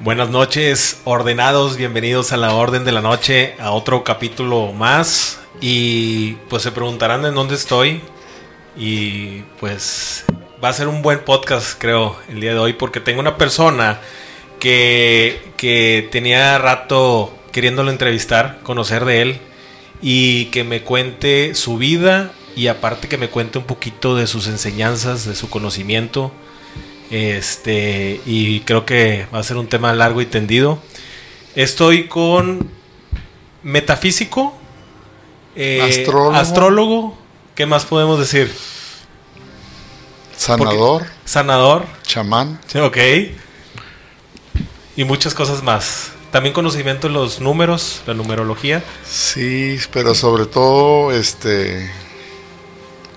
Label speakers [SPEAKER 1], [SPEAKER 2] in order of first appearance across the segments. [SPEAKER 1] Buenas noches, ordenados, bienvenidos a la Orden de la Noche, a otro capítulo más. Y pues se preguntarán en dónde estoy. Y pues va a ser un buen podcast, creo, el día de hoy, porque tengo una persona que, que tenía rato queriéndolo entrevistar, conocer de él, y que me cuente su vida y aparte que me cuente un poquito de sus enseñanzas, de su conocimiento. Este, y creo que va a ser un tema largo y tendido. Estoy con metafísico, eh,
[SPEAKER 2] Astrólogo.
[SPEAKER 1] astrólogo, ¿qué más podemos decir?
[SPEAKER 2] Sanador,
[SPEAKER 1] Sanador,
[SPEAKER 2] chamán,
[SPEAKER 1] sí, ok, y muchas cosas más. También conocimiento en los números, la numerología.
[SPEAKER 2] sí, pero sobre todo, este,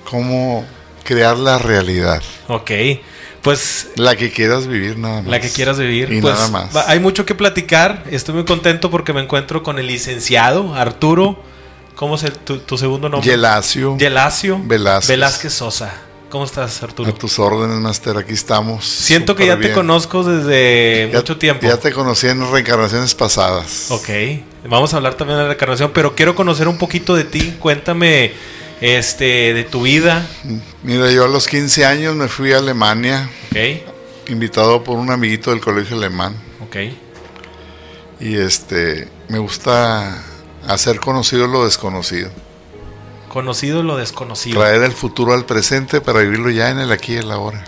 [SPEAKER 2] cómo crear la realidad,
[SPEAKER 1] Ok, pues
[SPEAKER 2] la que quieras vivir nada más.
[SPEAKER 1] La que quieras vivir.
[SPEAKER 2] Y
[SPEAKER 1] pues,
[SPEAKER 2] nada más.
[SPEAKER 1] va- Hay mucho que platicar. Estoy muy contento porque me encuentro con el licenciado Arturo. ¿Cómo es el- tu, tu segundo nombre?
[SPEAKER 2] Yelacio,
[SPEAKER 1] Yelacio
[SPEAKER 2] Velázquez.
[SPEAKER 1] Velázquez Sosa. ¿Cómo estás, Arturo?
[SPEAKER 2] a tus órdenes, Master, aquí estamos.
[SPEAKER 1] Siento que ya
[SPEAKER 2] Súper
[SPEAKER 1] te
[SPEAKER 2] bien.
[SPEAKER 1] conozco desde
[SPEAKER 2] Ya-
[SPEAKER 1] mucho tiempo.
[SPEAKER 2] Ya te conocí en reencarnaciones pasadas.
[SPEAKER 1] Ok, vamos a hablar también de la reencarnación, pero quiero conocer un poquito de ti. Cuéntame este, de tu vida.
[SPEAKER 2] Mm. Mira, yo a los 15 años me fui a Alemania,
[SPEAKER 1] Ok,
[SPEAKER 2] invitado por un amiguito del colegio alemán.
[SPEAKER 1] ok,
[SPEAKER 2] Y este, me gusta hacer conocido lo desconocido.
[SPEAKER 1] Conocido lo desconocido.
[SPEAKER 2] Traer el futuro al presente para vivirlo ya en el aquí y el ahora.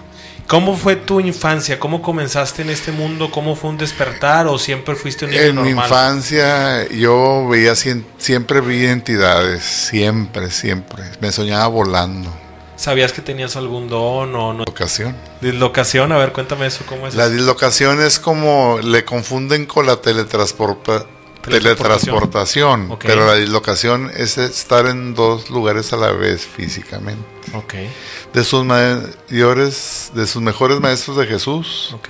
[SPEAKER 1] ¿Cómo fue tu infancia? ¿Cómo comenzaste en este mundo? ¿Cómo fue un despertar? ¿O siempre fuiste un niño
[SPEAKER 2] En mi
[SPEAKER 1] normal?
[SPEAKER 2] infancia yo veía cien- siempre vi entidades, siempre, siempre. Me soñaba volando.
[SPEAKER 1] ¿Sabías que tenías algún don o no?
[SPEAKER 2] Dislocación.
[SPEAKER 1] Dislocación, a ver, cuéntame eso, ¿cómo es?
[SPEAKER 2] La dislocación es como le confunden con la teletransporta-
[SPEAKER 1] Teletransportación.
[SPEAKER 2] teletransportación,
[SPEAKER 1] Ok.
[SPEAKER 2] pero la dislocación es estar en dos lugares a la vez físicamente.
[SPEAKER 1] Ok,
[SPEAKER 2] De sus mayores, de sus mejores maestros de Jesús,
[SPEAKER 1] ok.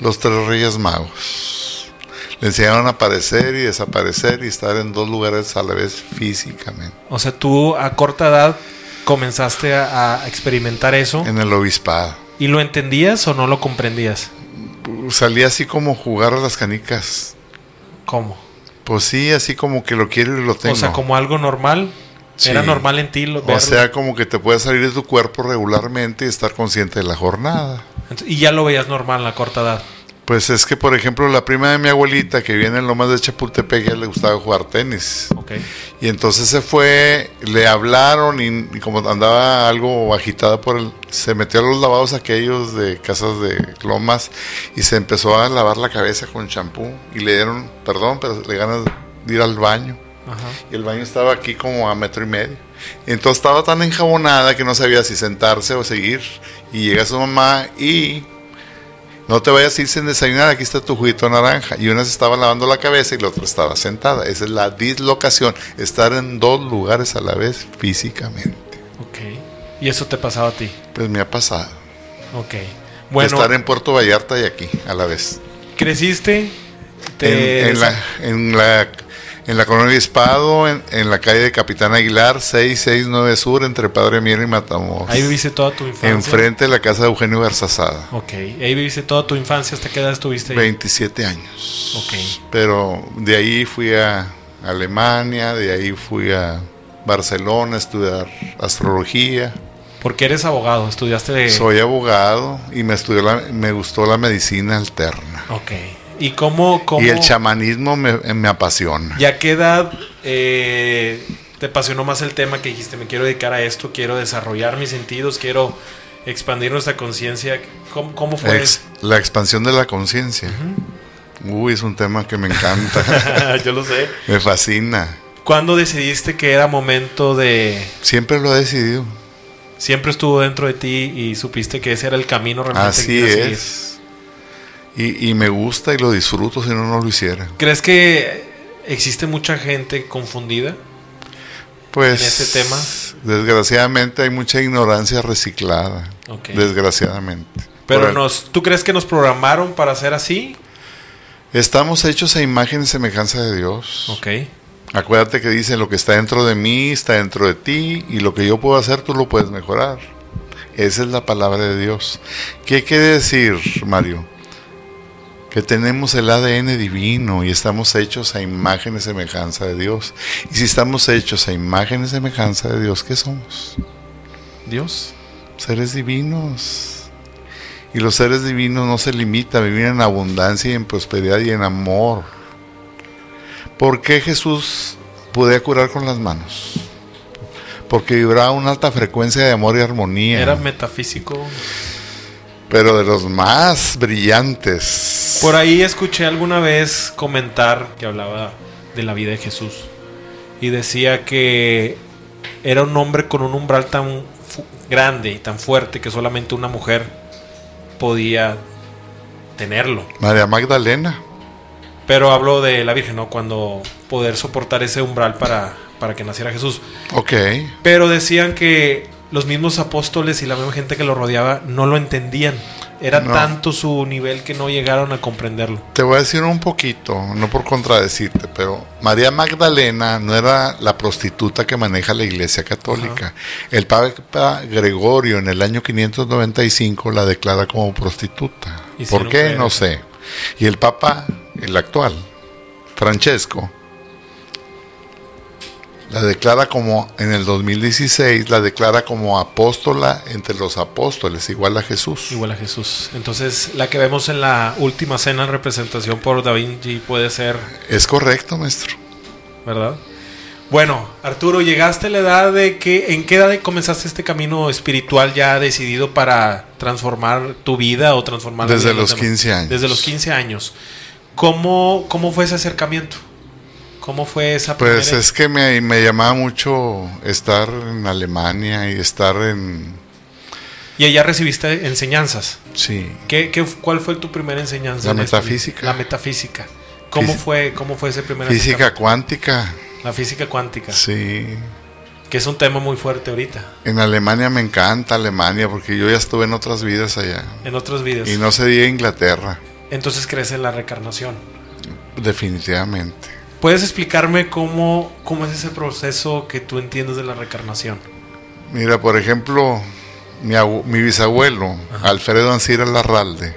[SPEAKER 2] Los tres reyes magos. Le enseñaron a aparecer y desaparecer y estar en dos lugares a la vez físicamente.
[SPEAKER 1] O sea, tú a corta edad comenzaste a, a experimentar eso
[SPEAKER 2] En el obispado.
[SPEAKER 1] y lo entendías o no lo comprendías.
[SPEAKER 2] Salía así como jugar a las canicas.
[SPEAKER 1] ¿Cómo?
[SPEAKER 2] Pues sí, así como que lo quiero y lo tengo.
[SPEAKER 1] O sea, como algo normal.
[SPEAKER 2] Sí.
[SPEAKER 1] Era normal en ti lo,
[SPEAKER 2] O
[SPEAKER 1] verlo.
[SPEAKER 2] sea, como que te puedes salir de tu cuerpo regularmente y estar consciente de la jornada.
[SPEAKER 1] Ent- y ya lo veías normal a corta edad.
[SPEAKER 2] Pues es que, por ejemplo, la prima de mi abuelita que viene en Lomas de Chapultepec, a ella le gustaba jugar tenis.
[SPEAKER 1] Ok,
[SPEAKER 2] Y entonces se fue, le hablaron y, y como andaba algo agitada por el... Se metió a los lavados aquellos de casas de lomas y se empezó a lavar la cabeza con champú y le dieron, perdón, pero le ganas de ir al baño.
[SPEAKER 1] ajá.
[SPEAKER 2] Y el baño estaba aquí como a metro y medio. Entonces estaba tan enjabonada que no sabía si sentarse o seguir. Y llega su mamá y... No te vayas a ir sin desayunar, aquí está tu juguito naranja. Y una se estaba lavando la cabeza y la otra estaba sentada. Esa es la dislocación, estar en dos lugares a la vez físicamente.
[SPEAKER 1] Ok. Y eso te pasaba a ti.
[SPEAKER 2] Pues me ha pasado.
[SPEAKER 1] Ok. Bueno,
[SPEAKER 2] estar en Puerto Vallarta y aquí a la vez.
[SPEAKER 1] creciste.
[SPEAKER 2] En,
[SPEAKER 1] te-
[SPEAKER 2] en la, en, la, en la colonia de Espado, en, en la calle de Capitán Aguilar, 669 Sur, entre Padre Mier y Matamoros.
[SPEAKER 1] Ahí viviste toda tu infancia.
[SPEAKER 2] Enfrente de la casa de Eugenio Garzazada.
[SPEAKER 1] Ok, ahí viviste toda tu infancia, ¿hasta qué edad estuviste ahí?
[SPEAKER 2] 27 años.
[SPEAKER 1] Ok.
[SPEAKER 2] Pero de ahí fui a Alemania, de ahí fui a Barcelona a estudiar astrología.
[SPEAKER 1] Porque eres abogado, estudiaste de...
[SPEAKER 2] Soy abogado y me, estudió la- me gustó la medicina alterna.
[SPEAKER 1] Ok, ¿y cómo... cómo
[SPEAKER 2] Y el chamanismo me, me apasiona.
[SPEAKER 1] ¿Y a qué edad eh, te apasionó más el tema que dijiste, me quiero dedicar a esto, quiero desarrollar mis sentidos, quiero expandir nuestra conciencia? ¿Cómo, cómo fue
[SPEAKER 2] Ex- la expansión de la conciencia. Uy, es un tema que me encanta,
[SPEAKER 1] eso? Yo lo sé.
[SPEAKER 2] me fascina.
[SPEAKER 1] ¿Cuándo decidiste que era momento de...
[SPEAKER 2] Siempre lo he decidido.
[SPEAKER 1] Siempre estuvo dentro de ti y supiste que ese era el camino realmente
[SPEAKER 2] Así
[SPEAKER 1] que querías seguir?
[SPEAKER 2] es. Y, y me gusta y lo disfruto, si no, no lo hiciera.
[SPEAKER 1] ¿Crees que existe mucha gente confundida?
[SPEAKER 2] Pues,
[SPEAKER 1] en este tema?
[SPEAKER 2] Desgraciadamente hay mucha ignorancia reciclada.
[SPEAKER 1] Ok.
[SPEAKER 2] Desgraciadamente. Por
[SPEAKER 1] Pero
[SPEAKER 2] el-
[SPEAKER 1] nos, ¿tú crees que nos programaron para ser así?
[SPEAKER 2] Estamos hechos a imagen y semejanza de Dios.
[SPEAKER 1] Ok.
[SPEAKER 2] Acuérdate que dice lo que está dentro de mí está dentro de ti y lo que yo puedo hacer tú lo puedes mejorar. Esa es la palabra de Dios. ¿Qué quiere decir, Mario? que tenemos el ADN divino y estamos hechos a imagen y semejanza de Dios. Y si estamos hechos a imagen y semejanza de Dios, ¿qué somos? Dios, seres divinos. Y los seres divinos no se limitan a vivir en abundancia y en prosperidad y en amor. ¿Por qué Jesús podía curar con las manos? Porque vibraba una alta frecuencia de amor y armonía.
[SPEAKER 1] Era metafísico.
[SPEAKER 2] Pero de los más brillantes.
[SPEAKER 1] Por ahí escuché alguna vez comentar que hablaba de la vida de Jesús. Y decía que era un hombre con un umbral tan grande y tan fuerte que solamente una mujer podía tenerlo.
[SPEAKER 2] María Magdalena.
[SPEAKER 1] Pero hablo de la Virgen, ¿no? Cuando poder soportar ese umbral para, para que naciera Jesús.
[SPEAKER 2] Ok.
[SPEAKER 1] Pero decían que los mismos apóstoles y la misma gente que lo rodeaba no lo entendían. Era
[SPEAKER 2] No.
[SPEAKER 1] tanto su nivel que no llegaron a comprenderlo.
[SPEAKER 2] Te voy a decir un poquito, no por contradecirte, pero María Magdalena no era la prostituta que maneja la Iglesia Católica. El Papa Gregorio en el año 595 la declara como prostituta.
[SPEAKER 1] Y si
[SPEAKER 2] ¿Por
[SPEAKER 1] no
[SPEAKER 2] qué?
[SPEAKER 1] creen.
[SPEAKER 2] No sé. Y el Papa, el actual, Francesco, la declara como, en el 2016, la declara como apóstola entre los apóstoles, igual a Jesús.
[SPEAKER 1] Igual a Jesús. Entonces, la que vemos en la última cena en representación por Da Vinci puede ser,
[SPEAKER 2] Es correcto, maestro.
[SPEAKER 1] ¿verdad? Bueno, Arturo, llegaste a la edad de que. ¿En qué edad comenzaste este camino espiritual ya decidido para transformar tu vida o transformar la
[SPEAKER 2] Desde
[SPEAKER 1] vida de
[SPEAKER 2] los
[SPEAKER 1] demás?
[SPEAKER 2] 15 años.
[SPEAKER 1] Desde los 15 años. ¿Cómo, cómo fue ese acercamiento? ¿Cómo fue esa
[SPEAKER 2] Pues
[SPEAKER 1] primera-
[SPEAKER 2] es que me, me llamaba mucho estar en Alemania y estar en...
[SPEAKER 1] Y allá recibiste enseñanzas.
[SPEAKER 2] Sí.
[SPEAKER 1] ¿Qué, qué, cuál fue tu primera enseñanza?
[SPEAKER 2] La
[SPEAKER 1] en esto?
[SPEAKER 2] metafísica.
[SPEAKER 1] La metafísica. ¿Cómo,
[SPEAKER 2] Fisi-
[SPEAKER 1] fue, ¿Cómo fue ese primer
[SPEAKER 2] Física
[SPEAKER 1] acercamiento?
[SPEAKER 2] cuántica.
[SPEAKER 1] La física cuántica,
[SPEAKER 2] Sí.
[SPEAKER 1] que es un tema muy fuerte ahorita,
[SPEAKER 2] En Alemania me encanta Alemania porque yo ya estuve en otras vidas allá.
[SPEAKER 1] en otros videos.
[SPEAKER 2] Y no se diga Inglaterra,
[SPEAKER 1] Entonces crece la reencarnación.
[SPEAKER 2] definitivamente.
[SPEAKER 1] ¿Puedes explicarme cómo, cómo es ese proceso que tú entiendes de la reencarnación?
[SPEAKER 2] Mira, por ejemplo, mi, abu- mi bisabuelo, Alfredo Ancira Larralde,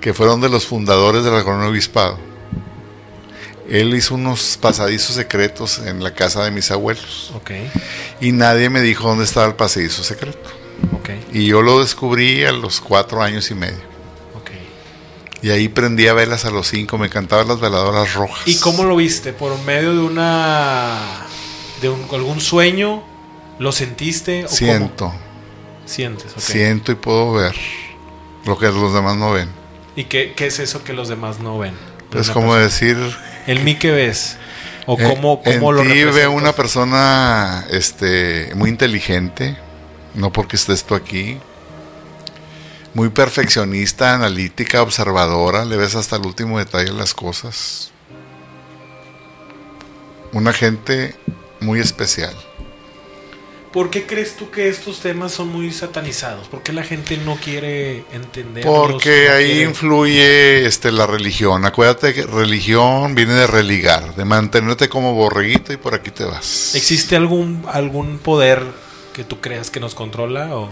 [SPEAKER 2] que fueron de los fundadores del Agronomía Obispado, él hizo unos pasadizos secretos en la casa de mis abuelos.
[SPEAKER 1] Ok,
[SPEAKER 2] Y nadie me dijo dónde estaba el pasadizo secreto.
[SPEAKER 1] ok,
[SPEAKER 2] Y yo lo descubrí a los cuatro años y medio.
[SPEAKER 1] ok.
[SPEAKER 2] Y ahí prendía velas a los cinco, me cantaban las veladoras rojas.
[SPEAKER 1] ¿Y cómo lo viste? ¿Por medio de una... de un- algún sueño? ¿Lo sentiste? ¿O
[SPEAKER 2] Siento,
[SPEAKER 1] cómo? Sientes, ok.
[SPEAKER 2] siento y puedo ver lo que los demás no ven.
[SPEAKER 1] ¿Y qué, qué es eso que los demás no ven? De
[SPEAKER 2] Es
[SPEAKER 1] una
[SPEAKER 2] como
[SPEAKER 1] persona?
[SPEAKER 2] decir,
[SPEAKER 1] ¿El mí que ves? ¿O
[SPEAKER 2] eh,
[SPEAKER 1] cómo, cómo
[SPEAKER 2] en
[SPEAKER 1] lo
[SPEAKER 2] ti veo
[SPEAKER 1] representas?
[SPEAKER 2] una persona este, muy inteligente, no porque estés tú aquí, muy perfeccionista, analítica, observadora, le ves hasta el último detalle las cosas. Una gente muy especial.
[SPEAKER 1] ¿Por qué crees tú que estos temas son muy satanizados? ¿Por qué la gente no quiere entender?
[SPEAKER 2] Porque ahí influye este, la religión. Acuérdate que religión viene de religar, de mantenerte como borreguito y por aquí te vas.
[SPEAKER 1] ¿Existe algún, algún poder que tú creas que nos controla? O...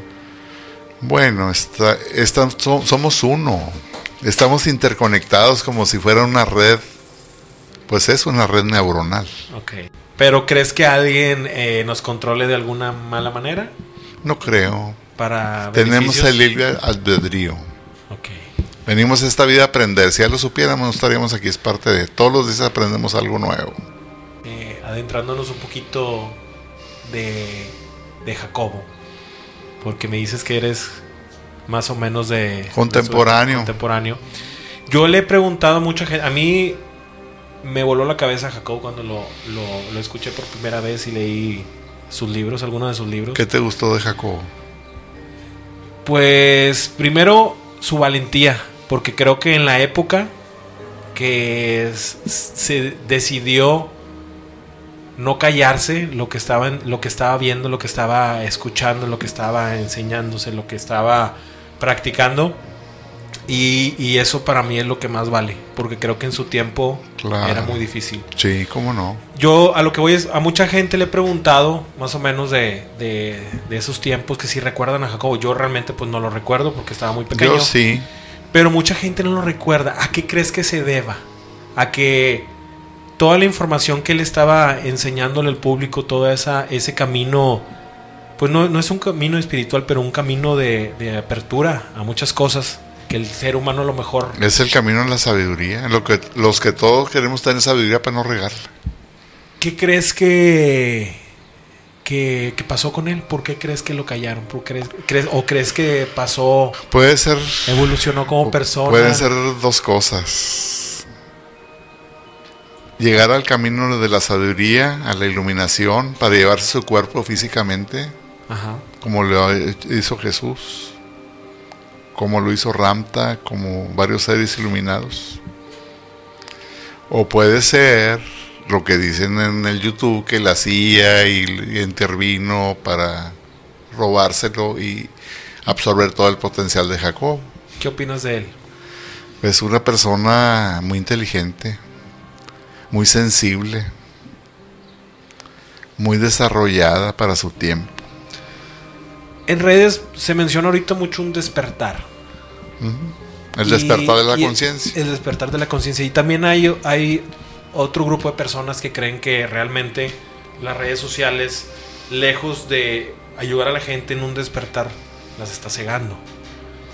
[SPEAKER 2] Bueno, está, está- so- somos uno. Estamos interconectados como si fuera una red. Pues es una red neuronal.
[SPEAKER 1] Ok. ¿Pero crees que alguien eh, nos controle de alguna mala manera?
[SPEAKER 2] No creo.
[SPEAKER 1] Para
[SPEAKER 2] Tenemos el
[SPEAKER 1] beneficios?
[SPEAKER 2] libre albedrío.
[SPEAKER 1] Ok.
[SPEAKER 2] Venimos a esta vida a aprender. Si ya lo supiéramos, no estaríamos aquí. Es parte de. Todos los días aprendemos algo nuevo.
[SPEAKER 1] Eh, adentrándonos un poquito de, de Jacobo. Porque me dices que eres más o menos de... de su-
[SPEAKER 2] Contemporáneo.
[SPEAKER 1] contemporáneo. Yo le he preguntado a mucha gente... A mí me voló la cabeza Jacobo cuando lo, lo- lo escuché por primera vez y leí sus libros, algunos de sus libros.
[SPEAKER 2] ¿Qué te gustó de Jacobo?
[SPEAKER 1] Pues primero su valentía, porque creo que en la época que s- se decidió no callarse lo que estaba en- lo que estaba viendo, lo que estaba escuchando, lo que estaba enseñándose, lo que estaba practicando. Y, y eso para mí es lo que más vale, porque creo que en su tiempo
[SPEAKER 2] Claro.
[SPEAKER 1] era muy difícil.
[SPEAKER 2] Sí, cómo no.
[SPEAKER 1] Yo a lo que voy es, a mucha gente le he preguntado más o menos de, de- de esos tiempos que si recuerdan a Jacobo. Yo realmente pues no lo recuerdo porque estaba muy pequeño.
[SPEAKER 2] Yo sí.
[SPEAKER 1] Pero mucha gente no lo recuerda. ¿A qué crees que se deba? A que toda la información que él estaba enseñándole al público, todo esa, ese camino, pues no, no es un camino espiritual, pero un camino de, de apertura a muchas cosas que el ser humano a lo mejor
[SPEAKER 2] Es el camino a la sabiduría. Lo que, los que todos queremos tener sabiduría para no regarla.
[SPEAKER 1] ¿Qué crees que, que, que pasó con él? ¿Por qué crees que lo callaron? ¿Por crees, crees- ¿O crees que pasó,
[SPEAKER 2] Puede ser.
[SPEAKER 1] evolucionó como persona?
[SPEAKER 2] Pueden ser dos cosas. Llegar al camino de la sabiduría, a la iluminación, para llevarse su cuerpo físicamente,
[SPEAKER 1] Ajá.
[SPEAKER 2] como lo hizo Jesús, como lo hizo Ramta, como varios seres iluminados. O puede ser lo que dicen en el YouTube, que la CIA y- y intervino para robárselo y absorber todo el potencial de Jacob.
[SPEAKER 1] ¿Qué opinas de él?
[SPEAKER 2] Es una persona muy inteligente, muy sensible, muy desarrollada para su tiempo.
[SPEAKER 1] En redes se menciona ahorita mucho un despertar.
[SPEAKER 2] El
[SPEAKER 1] Y-
[SPEAKER 2] despertar de la
[SPEAKER 1] y-
[SPEAKER 2] conciencia.
[SPEAKER 1] El despertar de la conciencia. Y también hay, hay otro grupo de personas que creen que realmente las redes sociales, lejos de ayudar a la gente en un despertar, las está cegando.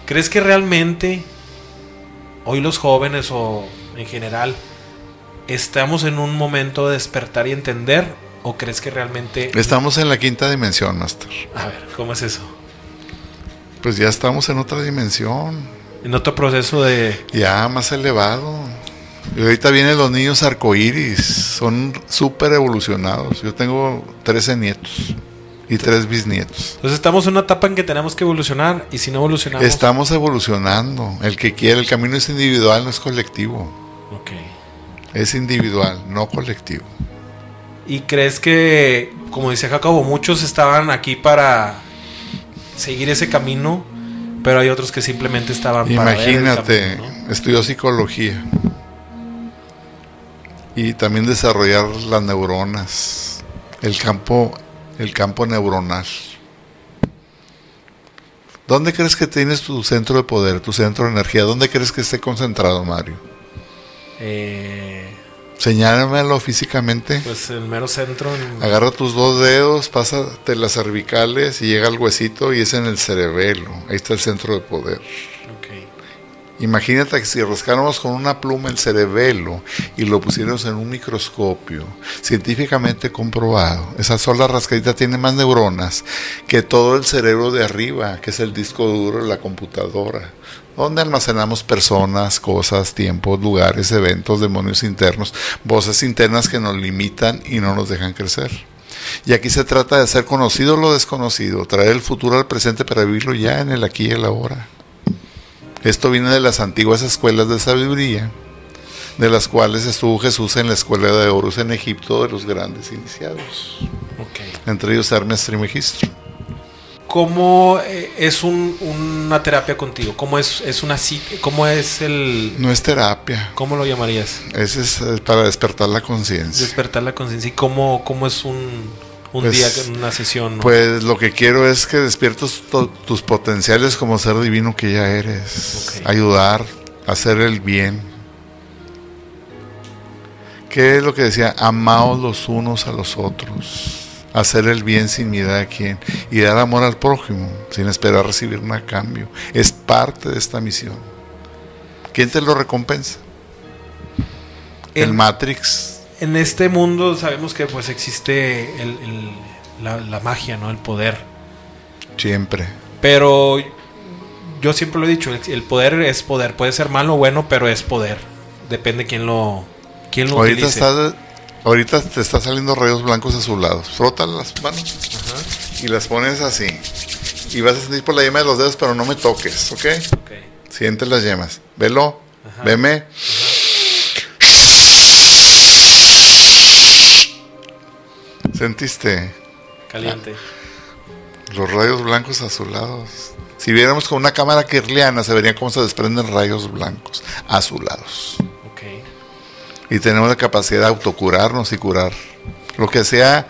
[SPEAKER 1] ¿Crees que realmente hoy los jóvenes o en general estamos en un momento de despertar y entender? ¿O crees que realmente...
[SPEAKER 2] Estamos en la quinta dimensión, Master.
[SPEAKER 1] A ver, ¿cómo es eso?
[SPEAKER 2] Pues ya estamos en otra dimensión,
[SPEAKER 1] En otro proceso de...
[SPEAKER 2] ya más elevado. Y ahorita vienen los niños arcoíris, son súper evolucionados. Yo tengo 13 nietos y 3 bisnietos.
[SPEAKER 1] Entonces estamos en una etapa en que tenemos que evolucionar y si no evolucionamos...
[SPEAKER 2] Estamos evolucionando. El que quiere, el camino es individual, no es colectivo.
[SPEAKER 1] Ok.
[SPEAKER 2] Es individual, no colectivo.
[SPEAKER 1] ¿Y crees que, como decía Jacobo, muchos estaban aquí para seguir ese camino, pero hay otros que simplemente estaban Ah, para ver el
[SPEAKER 2] Imagínate,
[SPEAKER 1] camino, ¿no?
[SPEAKER 2] estudió psicología y también desarrollar las neuronas, el campo, el campo neuronal. ¿Dónde crees que tienes tu centro de poder, tu centro de energía? ¿Dónde crees que esté concentrado, Mario?
[SPEAKER 1] Eh,
[SPEAKER 2] Señálamelo físicamente.
[SPEAKER 1] pues el mero centro. en-
[SPEAKER 2] Agarra tus dos dedos, pásate las cervicales y llega al huesito y es en el cerebelo. Ahí está el centro de poder.
[SPEAKER 1] ok.
[SPEAKER 2] Imagínate que si rascáramos con una pluma el cerebelo y lo pusiéramos en un microscopio, científicamente comprobado, esa sola rascadita tiene más neuronas que todo el cerebro de arriba, que es el disco duro de la computadora, donde almacenamos personas, cosas, tiempos, lugares, eventos, demonios internos, voces internas que nos limitan y no nos dejan crecer. Y aquí se trata de hacer conocido lo desconocido, traer el futuro al presente para vivirlo ya en el aquí y el ahora. Esto viene de las antiguas escuelas de sabiduría, de las cuales estuvo Jesús en la escuela de Horus en Egipto de los grandes iniciados,
[SPEAKER 1] ok.
[SPEAKER 2] entre ellos Hermes Trimegistro.
[SPEAKER 1] ¿Cómo eh, es un- una terapia contigo? ¿Cómo es, es una cita? ¿Cómo es el.
[SPEAKER 2] No es terapia,
[SPEAKER 1] ¿Cómo lo llamarías?
[SPEAKER 2] ese es eh, para despertar la conciencia.
[SPEAKER 1] Despertar la conciencia. ¿Y cómo, cómo es un, un
[SPEAKER 2] Pues,
[SPEAKER 1] día, una sesión? ¿no?
[SPEAKER 2] Pues lo que quiero es que despiertes to- tus potenciales como ser divino que ya eres,
[SPEAKER 1] Ok.
[SPEAKER 2] ayudar, hacer el bien. ¿Qué es lo que decía? Amaos los unos a los otros. Hacer el bien sin mirar a quién. Y dar amor al prójimo sin esperar recibir nada a cambio. Es parte de esta misión. ¿Quién te lo recompensa? el
[SPEAKER 1] En-
[SPEAKER 2] Matrix.
[SPEAKER 1] en este mundo sabemos que pues existe el- el- la, la magia, ¿no? El poder.
[SPEAKER 2] Siempre.
[SPEAKER 1] Pero yo siempre lo he dicho, el, el poder es poder. Puede ser malo o bueno, pero es poder. Depende quién lo, quién lo
[SPEAKER 2] Ahorita,
[SPEAKER 1] utilice.
[SPEAKER 2] está- ahorita te están saliendo rayos blancos azulados. Frota las manos
[SPEAKER 1] Ajá,
[SPEAKER 2] y las pones así. Y vas a sentir por la yema de los dedos, pero no me toques, ¿ok?
[SPEAKER 1] ok.
[SPEAKER 2] Siente las yemas. Velo,
[SPEAKER 1] Ajá.
[SPEAKER 2] veme. ¿Sentiste
[SPEAKER 1] Caliente.
[SPEAKER 2] los rayos blancos azulados? Si viéramos con una cámara kirliana, se verían cómo se desprenden rayos blancos azulados.
[SPEAKER 1] Ah, Ok.
[SPEAKER 2] y tenemos la capacidad de autocurarnos y curar. Lo que sea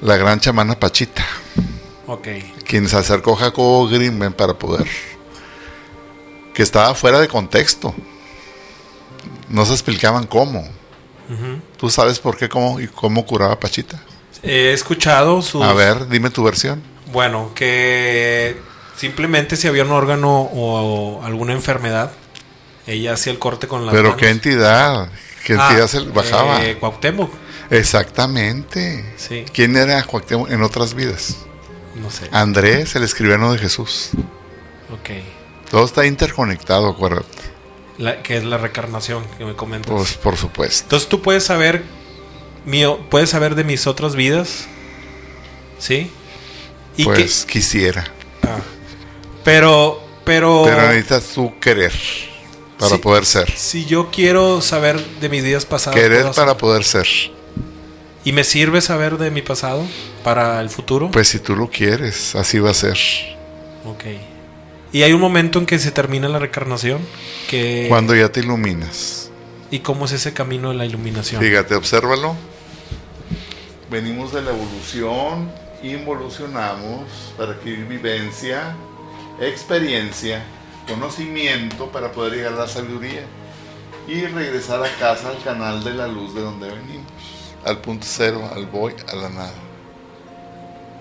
[SPEAKER 2] la gran chamana Pachita,
[SPEAKER 1] Ok.
[SPEAKER 2] quien se acercó a Jacobo Grimben para poder que estaba fuera de contexto. No se explicaban cómo. ¿Tú sabes por qué cómo y cómo curaba Pachita?
[SPEAKER 1] He escuchado sus...
[SPEAKER 2] A ver, dime tu versión.
[SPEAKER 1] Bueno, que simplemente si había un órgano o alguna enfermedad, ella hacía el corte con la
[SPEAKER 2] Pero qué entidad, qué
[SPEAKER 1] Ah,
[SPEAKER 2] entidad se bajaba.
[SPEAKER 1] eh, Cuauhtémoc,
[SPEAKER 2] Exactamente.
[SPEAKER 1] sí,
[SPEAKER 2] ¿Quién era Cuauhtémoc en otras vidas?
[SPEAKER 1] no sé.
[SPEAKER 2] Ah. Andrés, el escribano de Jesús.
[SPEAKER 1] Ok.
[SPEAKER 2] Todo está interconectado, acuérdate.
[SPEAKER 1] La- que es la recarnación que me comentas.
[SPEAKER 2] Pues por supuesto.
[SPEAKER 1] Entonces tú puedes saber mío, puedes saber de mis otras vidas. ¿Sí? Y
[SPEAKER 2] Pues quisiera.
[SPEAKER 1] que ah. pero pero
[SPEAKER 2] Pero necesitas tú querer para
[SPEAKER 1] Oh. Sí.
[SPEAKER 2] poder ser.
[SPEAKER 1] si yo quiero saber de mis vidas pasadas
[SPEAKER 2] Querer
[SPEAKER 1] ¿puedo hacer-
[SPEAKER 2] para poder ser.
[SPEAKER 1] y me sirve saber de mi pasado para el futuro.
[SPEAKER 2] Pues si tú lo quieres, así va a ser.
[SPEAKER 1] Ok. Y hay un momento en que se termina la recarnación que
[SPEAKER 2] Cuando ya te iluminas.
[SPEAKER 1] y cómo es ese camino de la iluminación.
[SPEAKER 2] Fíjate, obsérvalo. Venimos de la evolución, involucionamos para adquirir vivencia, experiencia, conocimiento para poder llegar a la sabiduría y regresar a casa al canal de la luz de donde venimos, al punto cero, al voy, a la nada.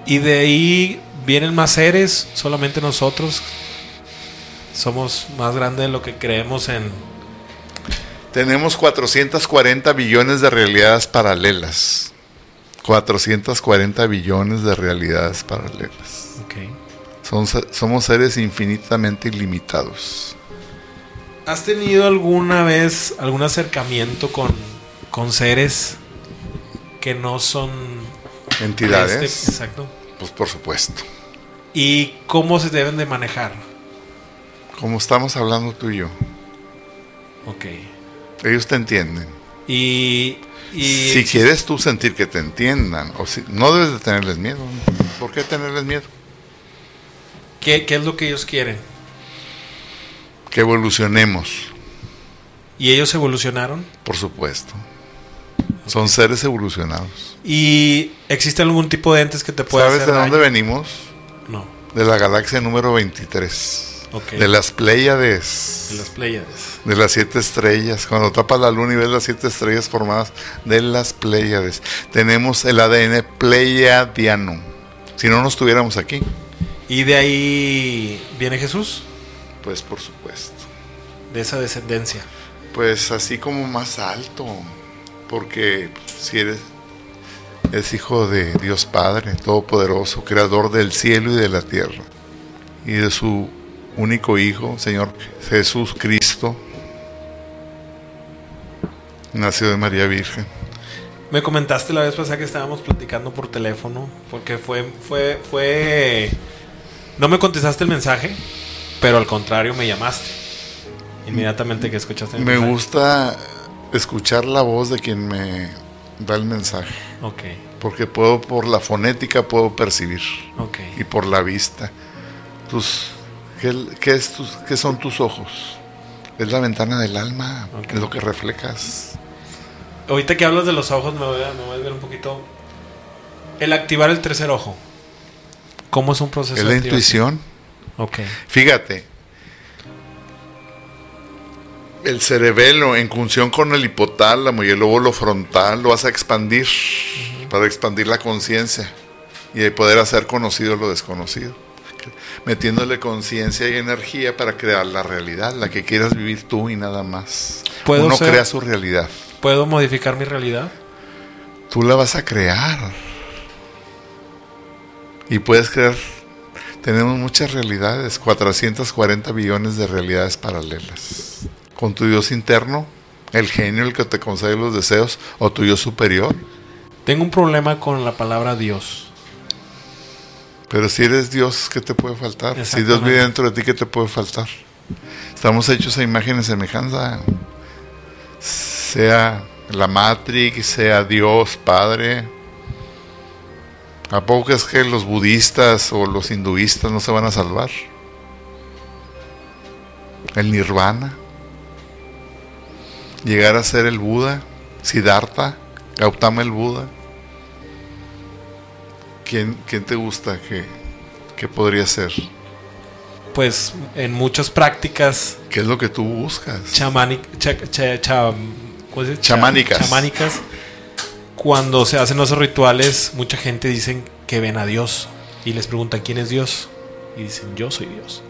[SPEAKER 1] Y de ahí vienen más seres, solamente nosotros somos más grandes de lo que creemos en
[SPEAKER 2] Tenemos 440 billones de realidades paralelas. 440 billones de realidades paralelas.
[SPEAKER 1] Ok.
[SPEAKER 2] Son se- somos seres infinitamente ilimitados.
[SPEAKER 1] ¿Has tenido alguna vez algún acercamiento con, con seres que no son este-
[SPEAKER 2] Entidades,
[SPEAKER 1] exacto.
[SPEAKER 2] pues por supuesto.
[SPEAKER 1] ¿Y cómo se deben de manejar?
[SPEAKER 2] Como estamos hablando tú y yo,
[SPEAKER 1] Ok.
[SPEAKER 2] ellos te entienden.
[SPEAKER 1] Y, y
[SPEAKER 2] si quieres tú sentir que te entiendan, o si, no debes de tenerles miedo. ¿Por qué tenerles miedo?
[SPEAKER 1] ¿qué, qué es lo que ellos quieren?
[SPEAKER 2] Que evolucionemos,
[SPEAKER 1] ¿Y ellos evolucionaron?
[SPEAKER 2] por supuesto. Son seres evolucionados.
[SPEAKER 1] ¿Y existe algún tipo de entes que te pueda
[SPEAKER 2] ¿Sabes
[SPEAKER 1] hacer
[SPEAKER 2] de dónde
[SPEAKER 1] daño?
[SPEAKER 2] venimos?
[SPEAKER 1] No.
[SPEAKER 2] De la galaxia número 23.
[SPEAKER 1] Ok.
[SPEAKER 2] De las Pléyades.
[SPEAKER 1] De las Pléyades.
[SPEAKER 2] De las siete estrellas. Cuando tapas la luna y ves las siete estrellas formadas de las Pléyades. Tenemos el ADN Pleiadiano. Si no nos tuviéramos aquí,
[SPEAKER 1] ¿Y de ahí viene Jesús?
[SPEAKER 2] pues por supuesto.
[SPEAKER 1] De esa descendencia.
[SPEAKER 2] Pues así como más alto. Porque si eres, es hijo de Dios Padre, Todopoderoso, Creador del cielo y de la tierra. Y de su único Hijo, Señor Jesús Cristo. Nació de María Virgen.
[SPEAKER 1] Me comentaste la vez pasada que estábamos platicando por teléfono, porque fue, fue, fue, no me contestaste el mensaje, pero al contrario me llamaste inmediatamente que escuchaste. el
[SPEAKER 2] Me
[SPEAKER 1] mensaje.
[SPEAKER 2] gusta escuchar la voz de quien me da el mensaje,
[SPEAKER 1] Ok,
[SPEAKER 2] porque puedo por la fonética puedo percibir
[SPEAKER 1] ok.
[SPEAKER 2] y por la vista. Tus ¿qué, qué es tus- qué son tus ojos? Es la ventana del alma,
[SPEAKER 1] Ok.
[SPEAKER 2] es lo que reflejas.
[SPEAKER 1] Ahorita que hablas de los ojos me voy a, me voy a ver un poquito. El activar el tercer ojo. ¿Cómo es un proceso?
[SPEAKER 2] es
[SPEAKER 1] de
[SPEAKER 2] la
[SPEAKER 1] activación?
[SPEAKER 2] intuición.
[SPEAKER 1] Ok.
[SPEAKER 2] Fíjate. El cerebelo en función con el hipotálamo y el óvulo frontal lo vas a expandir para expandir la conciencia y poder hacer conocido lo desconocido, metiéndole conciencia y energía para crear la realidad, la que quieras vivir tú y nada más.
[SPEAKER 1] ¿Puedo
[SPEAKER 2] Uno
[SPEAKER 1] ser-
[SPEAKER 2] crea su realidad,
[SPEAKER 1] ¿Puedo modificar mi realidad?
[SPEAKER 2] tú la vas a crear y puedes crear. Tenemos muchas realidades, 440 billones de realidades paralelas. Con tu Dios interno, el genio, el que te concede los deseos, o tu Dios superior.
[SPEAKER 1] Tengo un problema con la palabra Dios.
[SPEAKER 2] Pero si eres Dios, ¿qué te puede faltar? Si Dios
[SPEAKER 1] Exactamente.
[SPEAKER 2] vive dentro de ti, ¿qué te puede faltar? Estamos hechos a imagen y semejanza. Sea la Matrix, sea Dios, Padre. ¿A poco es que los budistas o los hinduistas no se van a salvar? El nirvana. Llegar a ser el Buda, Siddhartha, Gautama el Buda. ¿Quién, quién te gusta que, que podría ser?
[SPEAKER 1] pues en muchas prácticas
[SPEAKER 2] ¿Qué es lo que tú buscas?
[SPEAKER 1] chamani- cha- cha- cha- ¿cómo se dice? Cha-
[SPEAKER 2] Chamánicas.
[SPEAKER 1] chamánicas, cuando se hacen esos rituales, mucha gente dicen que ven a Dios y les preguntan quién es Dios y dicen yo soy Dios.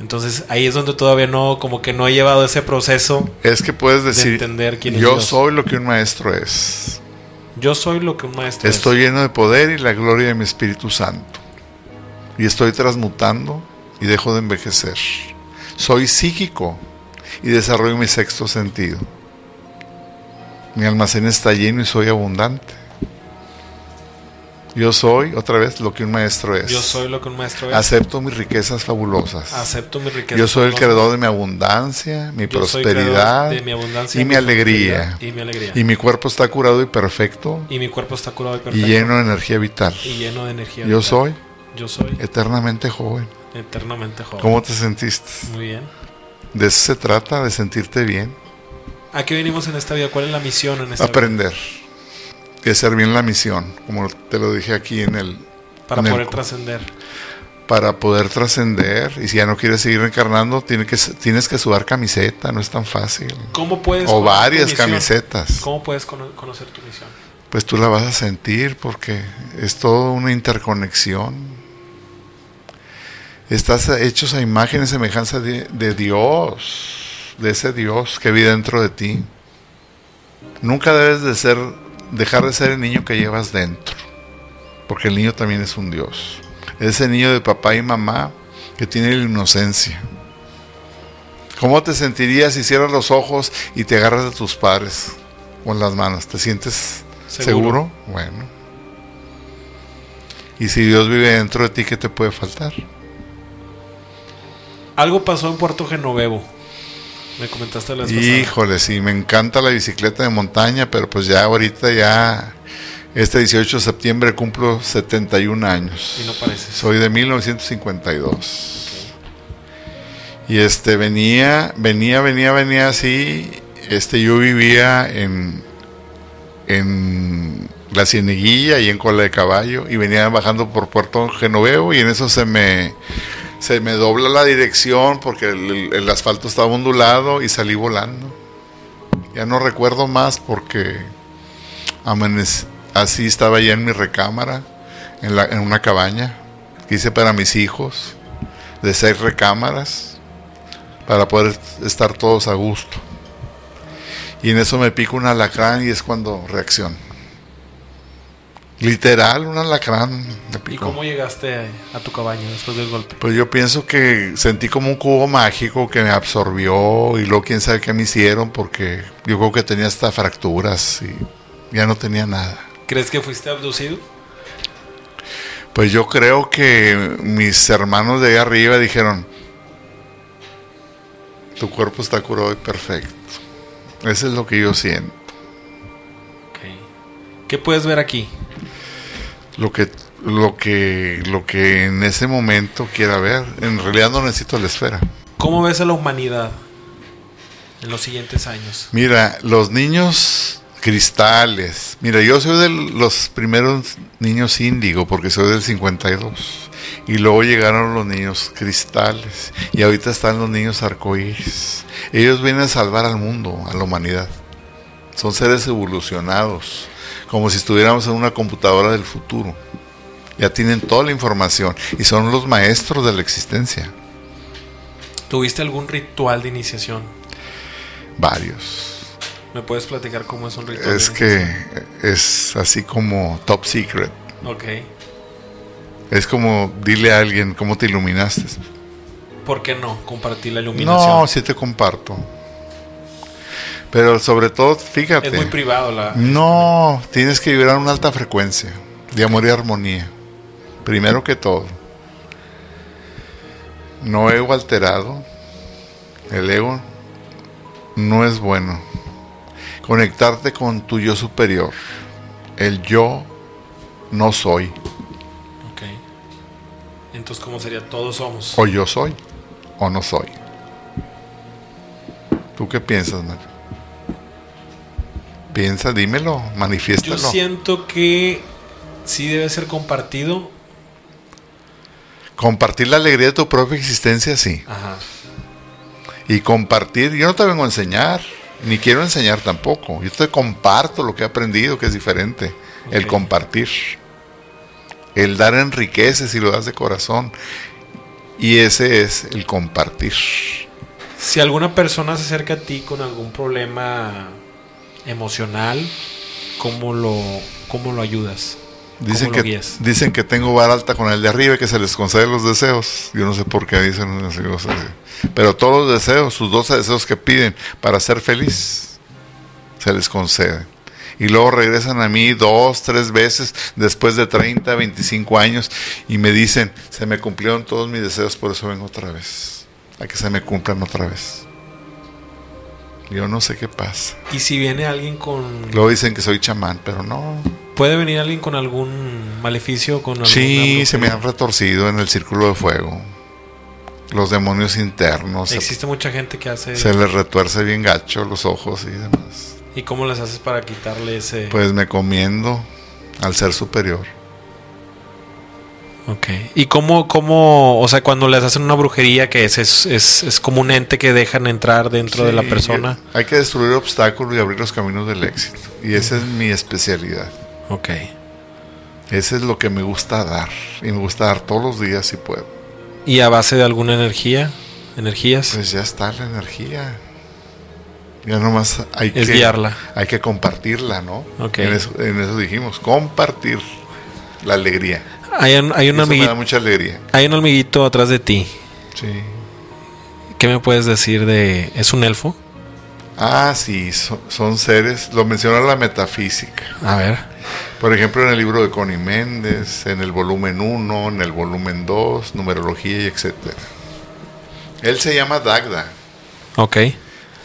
[SPEAKER 1] Entonces ahí es donde todavía no, como que no he llevado ese proceso.
[SPEAKER 2] Es que puedes decir,
[SPEAKER 1] entender quién es
[SPEAKER 2] yo
[SPEAKER 1] Dios".
[SPEAKER 2] soy lo que un maestro es.
[SPEAKER 1] Yo soy lo que un maestro es.
[SPEAKER 2] Estoy lleno de poder y la gloria de mi Espíritu Santo. Y estoy transmutando y dejo de envejecer. Soy psíquico y desarrollo mi sexto sentido. Mi almacén está lleno y soy abundante. Yo soy, otra vez, lo que un maestro es.
[SPEAKER 1] Yo soy lo que un maestro es.
[SPEAKER 2] Acepto mis riquezas fabulosas.
[SPEAKER 1] Acepto mi riqueza.
[SPEAKER 2] Yo soy el
[SPEAKER 1] Yo
[SPEAKER 2] creador de mi abundancia, mi
[SPEAKER 1] soy creador
[SPEAKER 2] prosperidad
[SPEAKER 1] de mi abundancia
[SPEAKER 2] y mi alegría.
[SPEAKER 1] prosperidad Y mi alegría.
[SPEAKER 2] y mi cuerpo está curado y perfecto
[SPEAKER 1] Y mi cuerpo está curado y
[SPEAKER 2] y
[SPEAKER 1] perfecto.
[SPEAKER 2] lleno de energía vital.
[SPEAKER 1] y lleno de energía.
[SPEAKER 2] Yo
[SPEAKER 1] vital.
[SPEAKER 2] soy
[SPEAKER 1] Yo soy
[SPEAKER 2] eternamente joven.
[SPEAKER 1] eternamente joven.
[SPEAKER 2] ¿Cómo te sentiste?
[SPEAKER 1] Muy bien.
[SPEAKER 2] De eso se trata, de sentirte bien,
[SPEAKER 1] ¿A qué venimos en esta vida? ¿Cuál es la misión en esta
[SPEAKER 2] aprender y hacer bien la misión, como te lo dije aquí en el
[SPEAKER 1] vida? Para
[SPEAKER 2] en el-
[SPEAKER 1] poder trascender.
[SPEAKER 2] para poder trascender y si ya no quieres seguir reencarnando, tienes que tienes que sudar camiseta, no es tan fácil.
[SPEAKER 1] ¿Cómo puedes
[SPEAKER 2] O
[SPEAKER 1] conocer tu
[SPEAKER 2] varias
[SPEAKER 1] misión?
[SPEAKER 2] camisetas.
[SPEAKER 1] ¿Cómo puedes cono- conocer tu misión?
[SPEAKER 2] Pues tú la vas a sentir porque es toda una interconexión. Estás hechos a imagen y semejanza de, de Dios, de ese Dios que vive dentro de ti. Nunca debes de ser, dejar de ser el niño que llevas dentro, porque el niño también es un Dios. Ese niño de papá y mamá que tiene la inocencia. ¿Cómo te sentirías si cierras los ojos y te agarras de tus padres con las manos? ¿Te sientes ¿Seguro? Bueno. Y si Dios vive dentro de ti, ¿qué te puede faltar?
[SPEAKER 1] Algo pasó en Puerto Genovevo. Me comentaste la vez pasada.
[SPEAKER 2] Híjole, sí, me encanta la bicicleta de montaña, pero pues ya ahorita ya, este 18 de septiembre cumplo 71 años.
[SPEAKER 1] Y no pareces.
[SPEAKER 2] Soy de 1952. Y este, venía, venía, venía, venía así. Este, yo vivía en, en la Cieneguilla y en Cola de Caballo y venía bajando por Puerto Genovevo y en eso se me, se me dobla la dirección porque el, el- el asfalto estaba ondulado y salí volando. Ya no recuerdo más porque amanec- así estaba ya en mi recámara, en, la- en una cabaña que hice para mis hijos, de seis recámaras, para poder estar todos a gusto. Y en eso me pica un alacrán y es cuando reacción. Literal, un alacrán me
[SPEAKER 1] ¿Y
[SPEAKER 2] picó.
[SPEAKER 1] cómo llegaste a tu cabaña después del golpe?
[SPEAKER 2] Pues yo pienso que sentí como un cubo mágico que me absorbió y luego quién sabe qué me hicieron porque yo creo que tenía hasta fracturas y ya no tenía nada.
[SPEAKER 1] ¿Crees que fuiste abducido?
[SPEAKER 2] Pues yo creo que mis hermanos de ahí arriba dijeron, tu cuerpo está curado y perfecto. Eso es lo que yo siento.
[SPEAKER 1] Ok. ¿Qué puedes ver aquí?
[SPEAKER 2] Lo que, lo que, lo que en ese momento quiera ver. En realidad no necesito la esfera.
[SPEAKER 1] ¿Cómo ves a la humanidad en los siguientes años?
[SPEAKER 2] Mira, los niños cristales. Mira, yo soy de los primeros niños índigo porque soy del 52. Y luego llegaron los niños cristales. Y ahorita están los niños arcoíris. Ellos vienen a salvar al mundo, a la humanidad. Son seres evolucionados, como si estuviéramos en una computadora del futuro. Ya tienen toda la información y son los maestros de la existencia.
[SPEAKER 1] ¿Tuviste algún ritual de iniciación?
[SPEAKER 2] Varios.
[SPEAKER 1] ¿Me puedes platicar cómo es un ritual?
[SPEAKER 2] Es
[SPEAKER 1] de
[SPEAKER 2] que es así como top secret.
[SPEAKER 1] iniciación? Ok.
[SPEAKER 2] Es como dile a alguien cómo te iluminaste.
[SPEAKER 1] ¿Por qué no compartir la iluminación?
[SPEAKER 2] No, sí te comparto. Pero sobre todo, fíjate.
[SPEAKER 1] es muy privado la...
[SPEAKER 2] no, tienes que vibrar a una alta frecuencia de amor y armonía. Primero que todo. No ego alterado. El ego no es bueno. Conectarte con tu yo superior. El yo no soy. Mm.
[SPEAKER 1] Ok. Entonces, ¿cómo sería? Todos somos.
[SPEAKER 2] O yo soy o no soy. ¿Tú qué piensas, Mario? Piensa, dímelo,
[SPEAKER 1] Yo
[SPEAKER 2] manifiéstalo.
[SPEAKER 1] siento que sí debe ser compartido
[SPEAKER 2] Compartir la alegría de tu propia existencia, sí.
[SPEAKER 1] Ajá.
[SPEAKER 2] Y compartir, yo no te vengo a enseñar, ni quiero enseñar tampoco. Yo te comparto lo que he aprendido, que es diferente. El
[SPEAKER 1] Ok.
[SPEAKER 2] compartir. El dar enriquece si lo das de corazón. Y ese es el compartir.
[SPEAKER 1] Si alguna persona se acerca a ti con algún problema emocional, ¿cómo lo, cómo lo ayudas?
[SPEAKER 2] Dicen
[SPEAKER 1] ¿Cómo lo
[SPEAKER 2] que,
[SPEAKER 1] guías?
[SPEAKER 2] dicen que tengo vara alta con el de arriba y que se les conceden los deseos. Yo no sé por qué dicen esas cosas. Pero todos los deseos, sus 12 deseos que piden para ser feliz, se les conceden. Y luego regresan a mí dos, tres veces después de 30, 25 años y me dicen, se me cumplieron todos mis deseos, por eso vengo otra vez. A que se me cumplan otra vez. Yo no sé qué pasa.
[SPEAKER 1] Y si viene alguien con...
[SPEAKER 2] Luego dicen que soy chamán, pero no,
[SPEAKER 1] ¿Puede venir alguien con algún maleficio? Con
[SPEAKER 2] Sí,
[SPEAKER 1] alguna
[SPEAKER 2] se me han retorcido en el círculo de fuego. Los demonios internos. se-
[SPEAKER 1] Existe mucha gente que hace...
[SPEAKER 2] Se, les retuerce bien gacho los ojos y demás.
[SPEAKER 1] ¿Y cómo las haces para quitarle ese...?
[SPEAKER 2] Pues me comiendo al ser superior.
[SPEAKER 1] Ok. ¿Y cómo, cómo, o sea, cuando les hacen una brujería que es, es, es, es como un ente que dejan entrar dentro de la
[SPEAKER 2] Sí,
[SPEAKER 1] persona?
[SPEAKER 2] Hay que destruir obstáculos y abrir los caminos del éxito. Y esa es mi especialidad.
[SPEAKER 1] Ok.
[SPEAKER 2] Ese es lo que me gusta dar. Y me gusta dar todos los días si puedo.
[SPEAKER 1] ¿Y a base de alguna energía? ¿Energías?
[SPEAKER 2] Pues ya está la energía. Ya nomás hay
[SPEAKER 1] Es
[SPEAKER 2] que
[SPEAKER 1] guiarla.
[SPEAKER 2] Hay que compartirla, ¿no?
[SPEAKER 1] Ok.
[SPEAKER 2] En eso, en eso dijimos, compartir la alegría.
[SPEAKER 1] Hay un, hay, un
[SPEAKER 2] eso me da
[SPEAKER 1] amiguito,
[SPEAKER 2] mucha alegría.
[SPEAKER 1] hay un amiguito atrás de ti.
[SPEAKER 2] Sí.
[SPEAKER 1] ¿Qué me puedes decir de... ¿Es un elfo?
[SPEAKER 2] Ah, sí, so- son seres, lo menciona la metafísica.
[SPEAKER 1] A ver.
[SPEAKER 2] Por ejemplo, en el libro de Connie Méndez, en el volumen 1, en el volumen 2, numerología y etcétera. Él se llama Dagda.
[SPEAKER 1] Ok.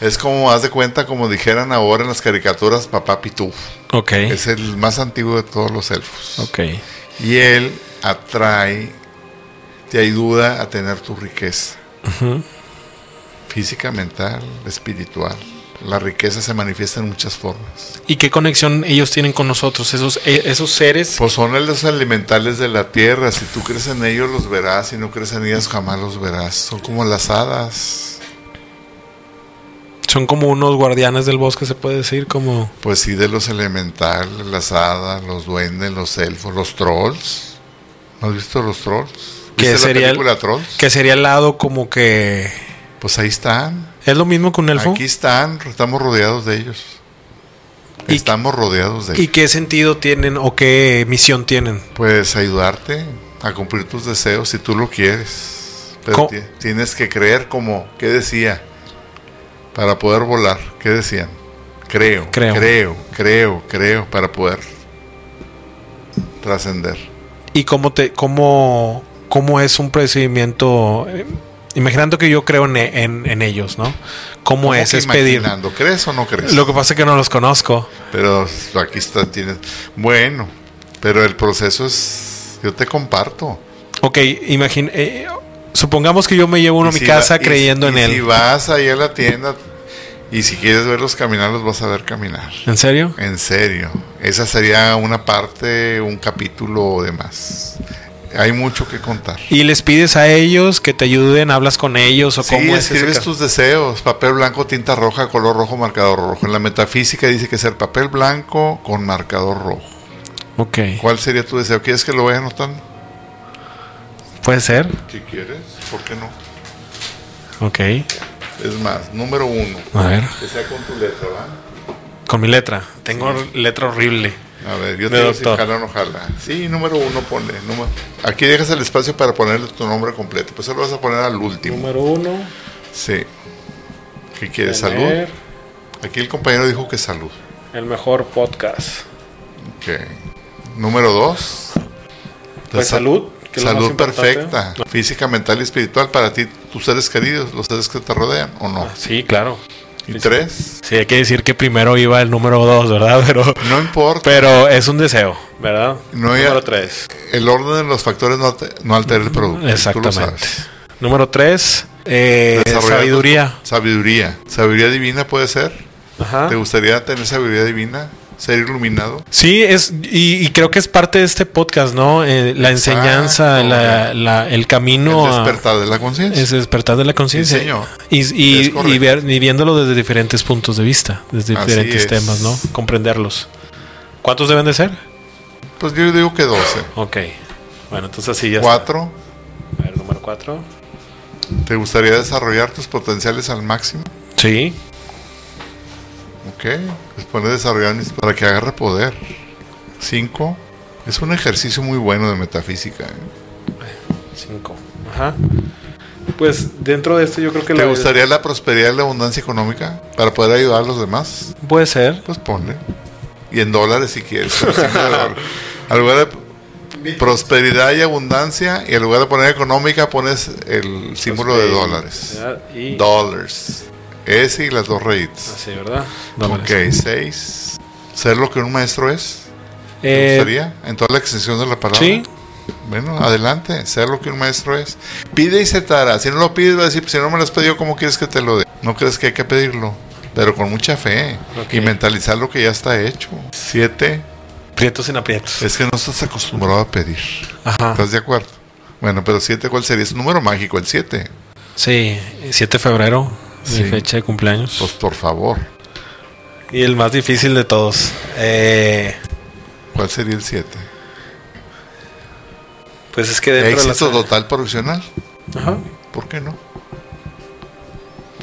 [SPEAKER 2] Es como, haz de cuenta, como dijeran ahora en las caricaturas, Papá Pitú.
[SPEAKER 1] Ok.
[SPEAKER 2] Es el más antiguo de todos los elfos.
[SPEAKER 1] Eh. Ok.
[SPEAKER 2] Y él atrae, te ayuda a tener tu riqueza.
[SPEAKER 1] Ujú.
[SPEAKER 2] Física, mental, espiritual. La riqueza se manifiesta en muchas formas.
[SPEAKER 1] ¿Y qué conexión ellos tienen con nosotros? Esos, e- esos seres...
[SPEAKER 2] Pues son los elementales de la tierra. Si tú crees en ellos, los verás. Si no crees en ellas, jamás los verás. Son como las hadas.
[SPEAKER 1] Son como unos guardianes del bosque, se puede decir, como...
[SPEAKER 2] Pues sí, de los elementales, las hadas, los duendes, los elfos, los trolls. ¿No has visto los trolls?
[SPEAKER 1] ¿Qué
[SPEAKER 2] ¿Viste
[SPEAKER 1] sería el-
[SPEAKER 2] la película Trolls?
[SPEAKER 1] Que sería el lado como que...
[SPEAKER 2] Pues ahí están.
[SPEAKER 1] ¿Es lo mismo que un elfo?
[SPEAKER 2] Aquí están, estamos rodeados de ellos.
[SPEAKER 1] ¿Y-
[SPEAKER 2] estamos rodeados de
[SPEAKER 1] ¿Y
[SPEAKER 2] ellos.
[SPEAKER 1] qué sentido tienen o qué misión tienen?
[SPEAKER 2] Pues ayudarte a cumplir tus deseos si tú lo quieres. Pero
[SPEAKER 1] ¿Cómo?
[SPEAKER 2] ti- tienes que creer como, ¿qué decía? Para poder volar, ¿qué decían? Creo,
[SPEAKER 1] Creo.
[SPEAKER 2] creo, creo, creo, para poder trascender.
[SPEAKER 1] ¿Y cómo, te, cómo, cómo es un procedimiento? eh, Imaginando que yo creo en, en- en ellos, ¿no? ¿Cómo,
[SPEAKER 2] ¿Cómo
[SPEAKER 1] es?
[SPEAKER 2] que
[SPEAKER 1] Es pedir.
[SPEAKER 2] imaginando? ¿Crees o no crees?
[SPEAKER 1] Lo que pasa es que no los conozco.
[SPEAKER 2] Pero aquí está, tienes... Bueno, pero el proceso es... Yo te comparto.
[SPEAKER 1] Ok, imagin eh, supongamos que yo me llevo uno a
[SPEAKER 2] Y
[SPEAKER 1] mi
[SPEAKER 2] si
[SPEAKER 1] casa
[SPEAKER 2] va- y-
[SPEAKER 1] creyendo
[SPEAKER 2] y
[SPEAKER 1] en él.
[SPEAKER 2] Si vas ahí a la tienda y si quieres verlos caminar, los vas a ver caminar.
[SPEAKER 1] ¿En serio?
[SPEAKER 2] En serio. Esa sería una parte, un capítulo de más. Hay mucho que contar.
[SPEAKER 1] ¿Y les pides a ellos que te ayuden? ¿Hablas con ellos? ¿O
[SPEAKER 2] Sí,
[SPEAKER 1] cómo es ese
[SPEAKER 2] escribes
[SPEAKER 1] ca-
[SPEAKER 2] tus deseos, papel blanco, tinta roja, color rojo, marcador rojo. En la metafísica dice que es el papel blanco con marcador rojo.
[SPEAKER 1] Ok,
[SPEAKER 2] ¿Cuál sería tu deseo? ¿Quieres que lo vaya anotando?
[SPEAKER 1] puede ser.
[SPEAKER 2] Si quieres, ¿por qué no?
[SPEAKER 1] Ok,
[SPEAKER 2] Es más, número uno,
[SPEAKER 1] a ver.
[SPEAKER 2] que sea con tu letra, ¿va?
[SPEAKER 1] Con mi letra. Tengo letra horrible.
[SPEAKER 2] A ver, yo
[SPEAKER 1] De
[SPEAKER 2] te digo si
[SPEAKER 1] doctor.
[SPEAKER 2] jala o no jala. Sí, número uno ponle. número- Aquí dejas el espacio para ponerle tu nombre completo. Pues eso lo vas a poner al último.
[SPEAKER 1] uno.
[SPEAKER 2] Sí. ¿Qué quieres? ¿Salud? Aquí el compañero dijo que salud.
[SPEAKER 1] El mejor podcast.
[SPEAKER 2] Ok. Número dos.
[SPEAKER 1] Pues
[SPEAKER 2] Sa-
[SPEAKER 1] salud, que es lo
[SPEAKER 2] salud
[SPEAKER 1] más importante.
[SPEAKER 2] perfecta. Física, mental y espiritual para ti, tus seres queridos, los seres que te rodean o no.
[SPEAKER 1] Ah, Sí, claro.
[SPEAKER 2] Y tres.
[SPEAKER 1] Sí, hay que decir que primero iba el número 2, ¿verdad? Pero,
[SPEAKER 2] No importa.
[SPEAKER 1] pero es un deseo, ¿verdad?
[SPEAKER 2] No hay-
[SPEAKER 1] número 3.
[SPEAKER 2] El orden de los factores no, te- no altera el producto. tú lo
[SPEAKER 1] Exactamente.
[SPEAKER 2] sabes.
[SPEAKER 1] Número 3, eh,
[SPEAKER 2] Desarrollar tu-
[SPEAKER 1] sabiduría.
[SPEAKER 2] Sabiduría. Sabiduría divina puede ser.
[SPEAKER 1] Ajá.
[SPEAKER 2] ¿Te gustaría tener sabiduría divina? ser iluminado.
[SPEAKER 1] Sí, es, y, y creo que es parte de este podcast, ¿no? Eh, la enseñanza, la-
[SPEAKER 2] Exacto,
[SPEAKER 1] la- el camino
[SPEAKER 2] el
[SPEAKER 1] a-
[SPEAKER 2] despertar de la conciencia.
[SPEAKER 1] es despertar de la conciencia.
[SPEAKER 2] Sí, señor.
[SPEAKER 1] y, y-
[SPEAKER 2] Es correcto.
[SPEAKER 1] y ver- y viéndolo desde diferentes puntos de vista, desde
[SPEAKER 2] Así
[SPEAKER 1] diferentes
[SPEAKER 2] es.
[SPEAKER 1] temas, ¿no? Comprenderlos. ¿Cuántos deben de ser?
[SPEAKER 2] Pues yo digo que 12.
[SPEAKER 1] Ok. Bueno, entonces así ya. está.
[SPEAKER 2] Cuatro,
[SPEAKER 1] A ver, número cuatro.
[SPEAKER 2] ¿te gustaría desarrollar tus potenciales al máximo?
[SPEAKER 1] Sí.
[SPEAKER 2] Ok, después de desarrollar mis- para que agarre poder. Cinco, es un ejercicio muy bueno de metafísica. ¿eh?
[SPEAKER 1] Cinco. Ajá. Pues dentro de esto yo creo que
[SPEAKER 2] ¿Te
[SPEAKER 1] la-
[SPEAKER 2] gustaría la prosperidad y la abundancia económica para poder ayudar a los demás?
[SPEAKER 1] Puede ser.
[SPEAKER 2] Pues ponle. Y en dólares si quieres. pero sin dolor. Al lugar de prosperidad y abundancia, y en lugar de poner económica, pones el símbolo de dólares.
[SPEAKER 1] Y...
[SPEAKER 2] Dollars. Ese y las dos rayitas.
[SPEAKER 1] Así, ¿verdad? Eh,
[SPEAKER 2] Ok, seis. ¿Ser lo que un maestro es? ¿Te
[SPEAKER 1] Eh,
[SPEAKER 2] gustaría? En toda la extensión de la palabra.
[SPEAKER 1] sí.
[SPEAKER 2] Bueno, adelante, sea lo que un maestro es. Pide y se te hará. Si no lo pides, va a decir, "Pues, si no me lo has pedido, ¿cómo quieres que te lo dé? No crees que hay que pedirlo, pero con mucha fe
[SPEAKER 1] Ok.
[SPEAKER 2] y mentalizar lo que ya está hecho. Siete,
[SPEAKER 1] Prietos sin aprietos.
[SPEAKER 2] es que no estás acostumbrado a pedir.
[SPEAKER 1] Ajá.
[SPEAKER 2] ¿Estás de acuerdo? Bueno, pero siete, ¿cuál sería? Es un número mágico, el siete.
[SPEAKER 1] Sí, 7 de febrero,
[SPEAKER 2] Sí.
[SPEAKER 1] mi fecha de cumpleaños.
[SPEAKER 2] Pues por favor,
[SPEAKER 1] y el más difícil de todos. Eh,
[SPEAKER 2] ¿cuál sería el siete?
[SPEAKER 1] pues es que dentro de
[SPEAKER 2] Éxito
[SPEAKER 1] las...
[SPEAKER 2] total profesional.
[SPEAKER 1] Ajá.
[SPEAKER 2] ¿Por qué no?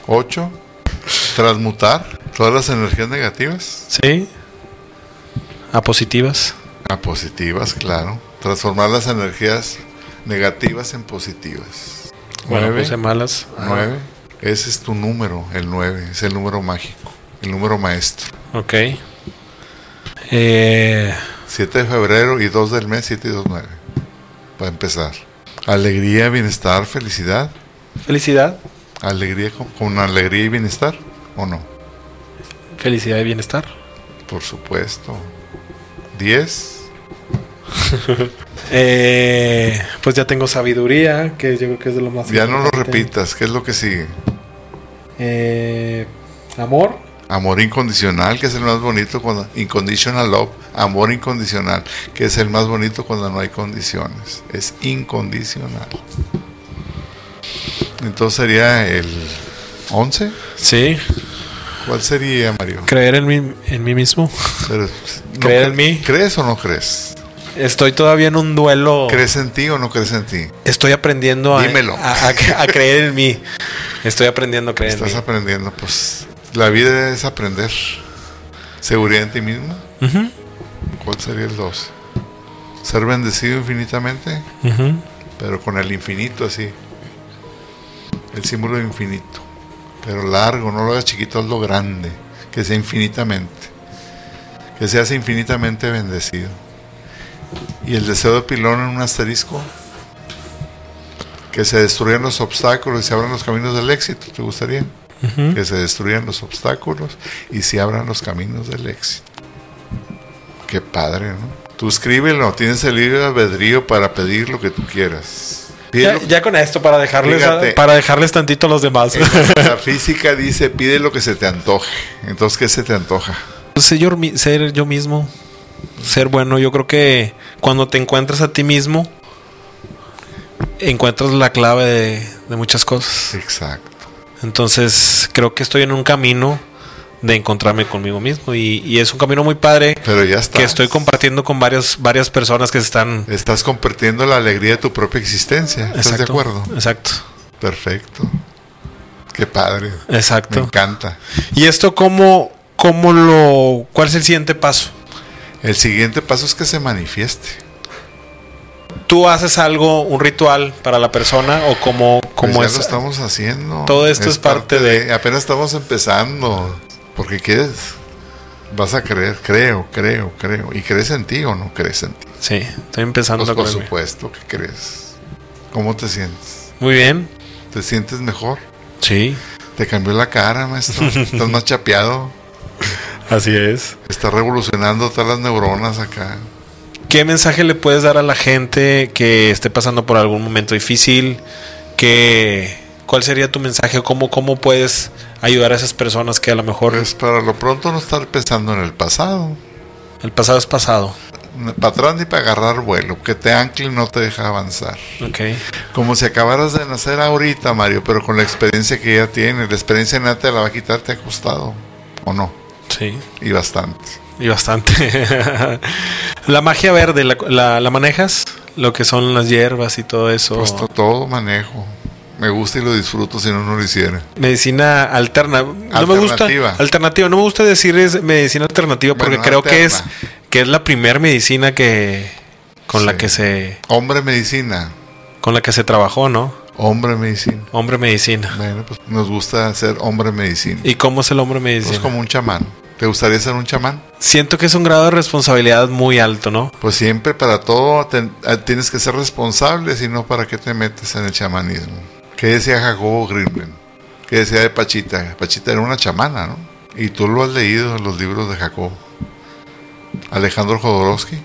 [SPEAKER 2] 8. Transmutar todas las energías negativas
[SPEAKER 1] Sí. A positivas.
[SPEAKER 2] a Ah, positivas, claro. Transformar las energías negativas en positivas.
[SPEAKER 1] Bueno,
[SPEAKER 2] 9.
[SPEAKER 1] puse malas. Ajá.
[SPEAKER 2] Ese es tu número, el 9. Es el número mágico, el número maestro.
[SPEAKER 1] Ah, Ok. Eh,
[SPEAKER 2] 7 de febrero y 2 del mes, 7 y 2, 9. Para empezar. Alegría, bienestar, felicidad.
[SPEAKER 1] felicidad.
[SPEAKER 2] Alegría con, con alegría y bienestar, ¿o no?
[SPEAKER 1] Felicidad y bienestar.
[SPEAKER 2] Por supuesto. 10.
[SPEAKER 1] Eh, pues ya tengo sabiduría, que yo creo que es de lo más
[SPEAKER 2] Ya no lo
[SPEAKER 1] importante.
[SPEAKER 2] repitas, ¿qué es lo que sigue?
[SPEAKER 1] Eh, amor.
[SPEAKER 2] Amor incondicional, que es el más bonito cuando... Inconditional love, amor incondicional, que es el más bonito cuando no hay condiciones. Es incondicional. Entonces sería el 11.
[SPEAKER 1] Sí.
[SPEAKER 2] ¿Cuál sería, Mario?
[SPEAKER 1] Creer en mí, en mí mismo.
[SPEAKER 2] Pero,
[SPEAKER 1] Creer
[SPEAKER 2] cre-
[SPEAKER 1] en mí.
[SPEAKER 2] ¿Crees o no crees?
[SPEAKER 1] Estoy todavía en un duelo.
[SPEAKER 2] ¿Crees en ti o no crees en ti?
[SPEAKER 1] Estoy aprendiendo a,
[SPEAKER 2] Dímelo.
[SPEAKER 1] a- a- a creer en mí. Estoy aprendiendo a creer en mí.
[SPEAKER 2] Estás aprendiendo, pues la vida es aprender. Seguridad en ti mismo.
[SPEAKER 1] Ujú,
[SPEAKER 2] ¿Cuál sería el 2? Ser bendecido infinitamente,
[SPEAKER 1] ujú.
[SPEAKER 2] pero con el infinito así. El símbolo de infinito. Pero largo, no lo hagas chiquito, hazlo grande. Que sea infinitamente. Que seas infinitamente bendecido. Y el deseo de pilón en un asterisco. Que se destruyan los obstáculos y se abran los caminos del éxito. ¿Te gustaría? Que se destruyan los obstáculos y se abran los caminos del éxito. Qué padre, ¿no? Tú escríbelo, tienes el libre albedrío para pedir lo que tú quieras. Pide
[SPEAKER 1] Ya,
[SPEAKER 2] lo que
[SPEAKER 1] ya con esto, para dejarles, a-
[SPEAKER 2] Fíjate. Eh.
[SPEAKER 1] para dejarles tantito a los demás.
[SPEAKER 2] La física dice, pide lo que se te antoje. Entonces, ¿qué se te antoja?
[SPEAKER 1] ser, yo, mi- ser yo mismo. Ser bueno. Yo creo que cuando te encuentras a ti mismo, encuentras la clave de, de muchas cosas.
[SPEAKER 2] Exacto.
[SPEAKER 1] Entonces, creo que estoy en un camino de encontrarme conmigo mismo. Y, y es un camino muy padre
[SPEAKER 2] Pero ya está.
[SPEAKER 1] que estoy compartiendo con varias, varias personas que se están
[SPEAKER 2] Estás compartiendo la alegría de tu propia existencia. ¿Estás de acuerdo?
[SPEAKER 1] Exacto,
[SPEAKER 2] Perfecto. Qué padre. Me
[SPEAKER 1] exacto.
[SPEAKER 2] encanta.
[SPEAKER 1] ¿Y esto cómo, cómo lo... cuál es el siguiente paso?
[SPEAKER 2] El siguiente paso es que se manifieste.
[SPEAKER 1] ¿Tú haces algo, un ritual para la persona o cómo,
[SPEAKER 2] Pues
[SPEAKER 1] cómo
[SPEAKER 2] ya
[SPEAKER 1] es?
[SPEAKER 2] lo estamos haciendo.
[SPEAKER 1] Todo esto es parte de-
[SPEAKER 2] Apenas estamos empezando. Porque quieres... Vas a creer, creo, creo, creo. ¿Y crees en ti o no crees en ti?
[SPEAKER 1] Sí, estoy empezando
[SPEAKER 2] Pues,
[SPEAKER 1] con
[SPEAKER 2] por
[SPEAKER 1] el mío.
[SPEAKER 2] supuesto que crees. ¿Cómo te sientes?
[SPEAKER 1] Muy bien.
[SPEAKER 2] ¿Te sientes mejor?
[SPEAKER 1] Sí,
[SPEAKER 2] Te cambió la cara, maestro. Estás más chapeado.
[SPEAKER 1] así es.
[SPEAKER 2] Estás revolucionando todas las neuronas acá.
[SPEAKER 1] ¿Qué mensaje le puedes dar a la gente que esté pasando por algún momento difícil? Que, ¿Cuál sería tu mensaje? ¿Cómo, ¿Cómo puedes ayudar a esas personas que a lo mejor...
[SPEAKER 2] Pues para lo pronto no estar pensando en el pasado.
[SPEAKER 3] El pasado es pasado.
[SPEAKER 2] Patrón ni para agarrar vuelo, que te ancle no te deja avanzar.
[SPEAKER 1] Ok.
[SPEAKER 2] Como si acabaras de nacer ahorita, Mario, pero con la experiencia que ya tienes. La experiencia nada te la va a quitar, te ha costado, ¿o no?
[SPEAKER 1] Sí.
[SPEAKER 2] Y bastante.
[SPEAKER 1] Y bastante. la magia verde, ¿la, la, la manejas? Lo que son las hierbas y todo eso.
[SPEAKER 2] Pues to- todo manejo. Me gusta y lo disfruto, si no, no lo hiciera.
[SPEAKER 1] Medicina alterna. No me gusta.
[SPEAKER 2] Alternativa.
[SPEAKER 1] Alternativa. No me gusta decir es medicina alternativa porque
[SPEAKER 2] Bueno,
[SPEAKER 1] creo que es
[SPEAKER 2] alterna.
[SPEAKER 1] que es la primer medicina que con la
[SPEAKER 2] Sí.
[SPEAKER 1] que se
[SPEAKER 2] Hombre medicina.
[SPEAKER 1] con la que se trabajó, ¿no?
[SPEAKER 2] Hombre medicina.
[SPEAKER 1] Hombre medicina.
[SPEAKER 2] Bueno, pues nos gusta ser hombre medicina.
[SPEAKER 1] ¿Y cómo es el hombre
[SPEAKER 2] Es
[SPEAKER 1] medicina?
[SPEAKER 2] Pues como un chamán. ¿Te gustaría ser un chamán?
[SPEAKER 1] Siento que es un grado de responsabilidad muy alto, ¿no?
[SPEAKER 2] Pues siempre para todo ten- ah, tienes que ser responsable, si no, ¿para qué te metes en el chamanismo? ¿Qué decía Jacobo Grimlen? ¿Qué decía de Pachita? Pachita era una chamana, ¿no? Y tú lo has leído en los libros de Jacobo. Alejandro Jodorowsky.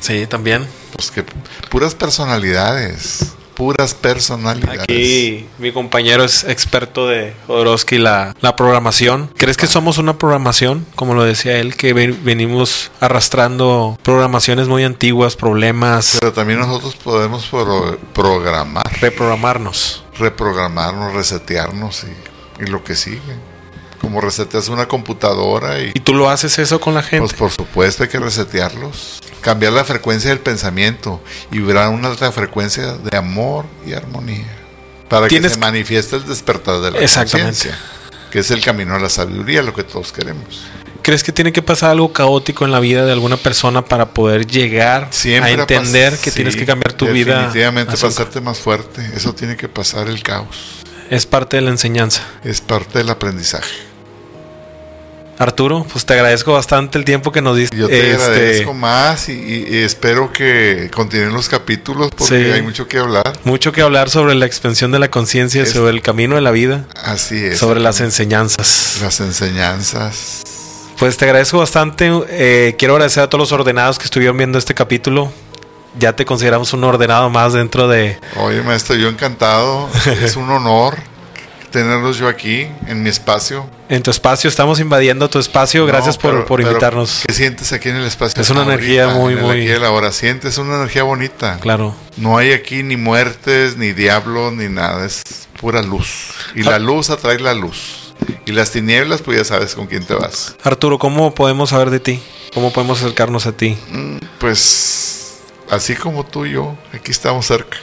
[SPEAKER 1] Sí, también.
[SPEAKER 2] Pues que pu- puras personalidades. Puras personalidades.
[SPEAKER 1] Aquí mi compañero es experto de Jodorowsky, la, la programación. ¿Crees que somos una programación? Como lo decía él, que ven- venimos arrastrando programaciones muy antiguas, problemas,
[SPEAKER 2] Pero también nosotros podemos pro- programar,
[SPEAKER 1] reprogramarnos.
[SPEAKER 2] reprogramarnos, resetearnos y, y lo que sigue. Como reseteas una computadora y
[SPEAKER 1] ¿Y tú lo haces eso con la gente?
[SPEAKER 2] Pues por supuesto hay que resetearlos, cambiar la frecuencia del pensamiento y vibrar una alta frecuencia de amor y armonía para
[SPEAKER 1] Tienes-
[SPEAKER 2] que se manifieste el despertar de la
[SPEAKER 1] Exactamente.
[SPEAKER 2] conciencia, que es el camino a la sabiduría, lo que todos queremos.
[SPEAKER 1] ¿Crees que tiene que pasar algo caótico en la vida de alguna persona para poder llegar
[SPEAKER 2] Siempre
[SPEAKER 1] a entender
[SPEAKER 2] pas-
[SPEAKER 1] que tienes
[SPEAKER 2] sí,
[SPEAKER 1] que cambiar tu vida?
[SPEAKER 2] definitivamente
[SPEAKER 1] hacia-
[SPEAKER 2] pasarte más fuerte, eso tiene que pasar el caos,
[SPEAKER 1] Es parte de la enseñanza.
[SPEAKER 2] es parte del aprendizaje.
[SPEAKER 1] Arturo, pues te agradezco bastante el tiempo que nos diste.
[SPEAKER 2] Yo te
[SPEAKER 1] Este,
[SPEAKER 2] agradezco más y, y- y espero que continúen los capítulos porque
[SPEAKER 1] Sí.
[SPEAKER 2] hay mucho que hablar.
[SPEAKER 1] Mucho que hablar sobre la expansión de la conciencia,
[SPEAKER 2] Es-
[SPEAKER 1] sobre el camino de la vida,
[SPEAKER 2] Así es.
[SPEAKER 1] sobre las enseñanzas.
[SPEAKER 2] las enseñanzas.
[SPEAKER 1] Pues te agradezco bastante. eh, quiero agradecer a todos los ordenados que estuvieron viendo este capítulo. Ya te consideramos un ordenado más dentro de...
[SPEAKER 2] Oye, maestro, yo encantado. Es un honor tenerlos yo aquí en mi espacio.
[SPEAKER 1] En tu espacio, estamos invadiendo tu espacio. Gracias
[SPEAKER 2] No,
[SPEAKER 1] por,
[SPEAKER 2] pero-
[SPEAKER 1] por
[SPEAKER 2] pero,
[SPEAKER 1] invitarnos.
[SPEAKER 2] ¿Qué sientes aquí en el espacio?
[SPEAKER 1] Es una energía muy,
[SPEAKER 2] en el
[SPEAKER 1] muy-
[SPEAKER 2] aquí y el ahora sientes una energía bonita.
[SPEAKER 1] Claro.
[SPEAKER 2] No hay aquí ni muertes, ni diablos, ni nada. Es pura luz. Y
[SPEAKER 1] Ah.
[SPEAKER 2] la luz atrae la luz. Y las tinieblas, pues ya sabes con quién te vas.
[SPEAKER 1] Arturo, ¿cómo podemos saber de ti? ¿Cómo podemos acercarnos a ti?
[SPEAKER 2] Pues así como tú y yo, aquí estamos cerca.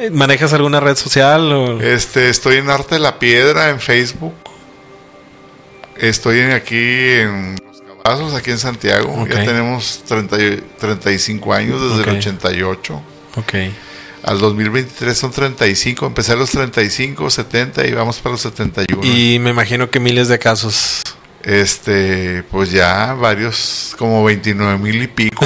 [SPEAKER 1] Eh, ¿Manejas alguna red social? o-
[SPEAKER 2] Este, estoy en Arte de la Piedra en Facebook. Estoy en- aquí en Los Cabazos, aquí en Santiago.
[SPEAKER 1] Ok.
[SPEAKER 2] Ya tenemos 30 y- 35 años desde
[SPEAKER 1] Ok.
[SPEAKER 2] el 88.
[SPEAKER 1] Ok.
[SPEAKER 2] Al 2023 son 35. Empecé a los 35, 70 y vamos para los 71.
[SPEAKER 1] Y me imagino que miles de casos.
[SPEAKER 2] Este, pues ya varios, como 29 mil y pico.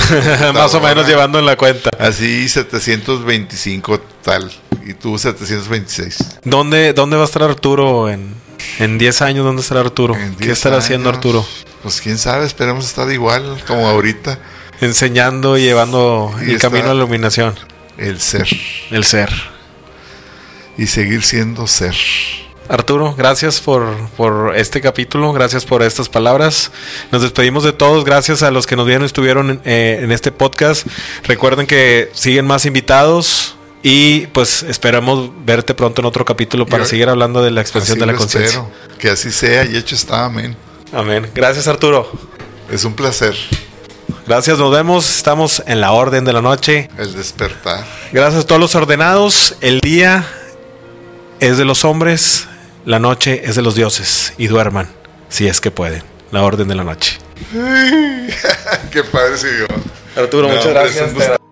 [SPEAKER 1] más o menos llevando en la cuenta.
[SPEAKER 2] Así 725 tal. Y tú 726.
[SPEAKER 1] ¿Dónde, dónde va a estar Arturo en, en 10 años? ¿Dónde estará Arturo?
[SPEAKER 2] En
[SPEAKER 1] ¿Qué
[SPEAKER 2] 10
[SPEAKER 1] estará haciendo
[SPEAKER 2] años,
[SPEAKER 1] Arturo?
[SPEAKER 2] Pues quién sabe, esperemos estar igual como ahorita.
[SPEAKER 1] Enseñando y llevando el
[SPEAKER 2] Y está-
[SPEAKER 1] camino a la iluminación,
[SPEAKER 2] El ser
[SPEAKER 1] el ser.
[SPEAKER 2] y seguir siendo ser.
[SPEAKER 1] Arturo, gracias por, por este capítulo, gracias por estas palabras. Nos despedimos de todos, gracias a los que nos vieron, estuvieron eh, en este podcast. Recuerden que siguen más invitados y pues esperamos verte pronto en otro capítulo para
[SPEAKER 2] Yo-
[SPEAKER 1] seguir hablando de la expansión
[SPEAKER 2] Así
[SPEAKER 1] de la
[SPEAKER 2] lo
[SPEAKER 1] conciencia.
[SPEAKER 2] espero. Que así sea y hecho está, amén.
[SPEAKER 1] Amén. Gracias Arturo.
[SPEAKER 2] Es un placer
[SPEAKER 1] Gracias, nos vemos. Estamos en la orden de la noche.
[SPEAKER 2] el despertar.
[SPEAKER 1] Gracias a todos los ordenados. El día es de los hombres, la noche es de los dioses. Y duerman, si es que pueden. La orden de la noche.
[SPEAKER 2] Qué padre se dio.
[SPEAKER 1] Arturo,
[SPEAKER 2] No, hombre, es un gusto.